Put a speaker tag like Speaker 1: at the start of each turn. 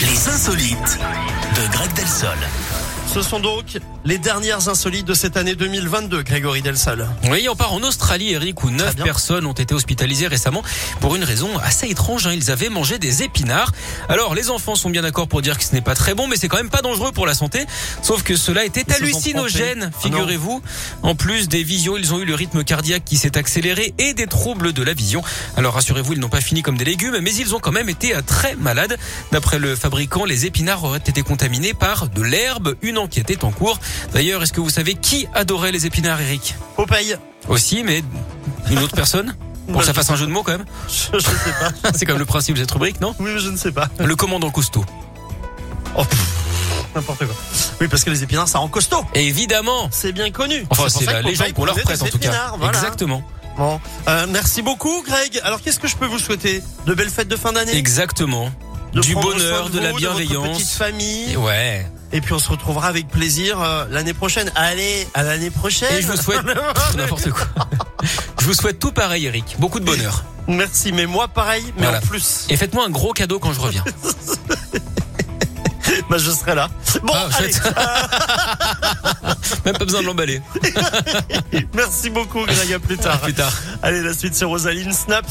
Speaker 1: Les insolites de Greg Delsol.
Speaker 2: Ce sont donc les dernières insolites de cette année 2022, Grégory Delsol.
Speaker 3: Oui, on part en Australie, Eric, où neuf
Speaker 2: bien.
Speaker 3: personnes ont été hospitalisées récemment pour une raison assez étrange. hein. Ils avaient mangé des épinards. Alors, les enfants sont bien d'accord pour dire que ce n'est pas très bon, mais c'est quand même pas dangereux pour la santé. Sauf que cela était
Speaker 2: Ils se sont
Speaker 3: hallucinogène,
Speaker 2: trompés. Ah non.
Speaker 3: figurez-vous. En plus des visions, ils ont eu le rythme cardiaque qui s'est accéléré et des troubles de la vision. Alors, rassurez-vous, ils n'ont pas fini comme des légumes, mais ils ont quand même été euh, très malades. D'après le fabricant, les épinards auraient été contaminés par de l'herbe. Une enquête est en cours. D'ailleurs, est-ce que vous savez qui adorait les épinards, Eric?
Speaker 2: Popeye,
Speaker 3: Aussi, mais une autre personne Pour que ça fasse un jeu de mots quand même
Speaker 2: je, je sais pas.
Speaker 3: C'est quand même le principe de cette rubrique, non
Speaker 2: Oui, mais je ne sais pas.
Speaker 3: Le commandant costaud.
Speaker 2: Oh, pff, n'importe quoi. Oui, parce que les épinards, ça rend costaud.
Speaker 3: Évidemment
Speaker 2: C'est bien connu.
Speaker 3: Enfin,
Speaker 2: pour
Speaker 3: c'est
Speaker 2: ça
Speaker 3: la
Speaker 2: que Popeye
Speaker 3: légende qu'on leur
Speaker 2: prenait
Speaker 3: prête
Speaker 2: des
Speaker 3: en tout cas.
Speaker 2: épinards, voilà.
Speaker 3: Exactement.
Speaker 2: Bon. Euh, merci beaucoup, Greg. Alors, qu'est-ce que je peux vous souhaiter De belles fêtes de fin d'année
Speaker 3: Exactement.
Speaker 2: De
Speaker 3: Du
Speaker 2: prendre soin
Speaker 3: bonheur, de
Speaker 2: vous,
Speaker 3: la
Speaker 2: votre petite
Speaker 3: bienveillance. Et
Speaker 2: famille.
Speaker 3: ouais.
Speaker 2: Et puis, on se retrouvera avec plaisir euh, l'année prochaine. Allez, à l'année prochaine.
Speaker 3: Et je vous souhaite Pff, n'importe quoi. Je vous souhaite tout pareil, Eric. Beaucoup de bonheur.
Speaker 2: Merci, mais moi, pareil, mais
Speaker 3: Voilà.
Speaker 2: en plus.
Speaker 3: Et faites-moi un gros cadeau quand je reviens.
Speaker 2: Bah, je serai là. Bon,
Speaker 3: Ah,
Speaker 2: allez.
Speaker 3: chouette. Même pas besoin de l'emballer.
Speaker 2: Merci beaucoup, Greg. À plus
Speaker 3: À
Speaker 2: tard.
Speaker 3: plus tard.
Speaker 2: Allez, la suite sur Rosaline Snap.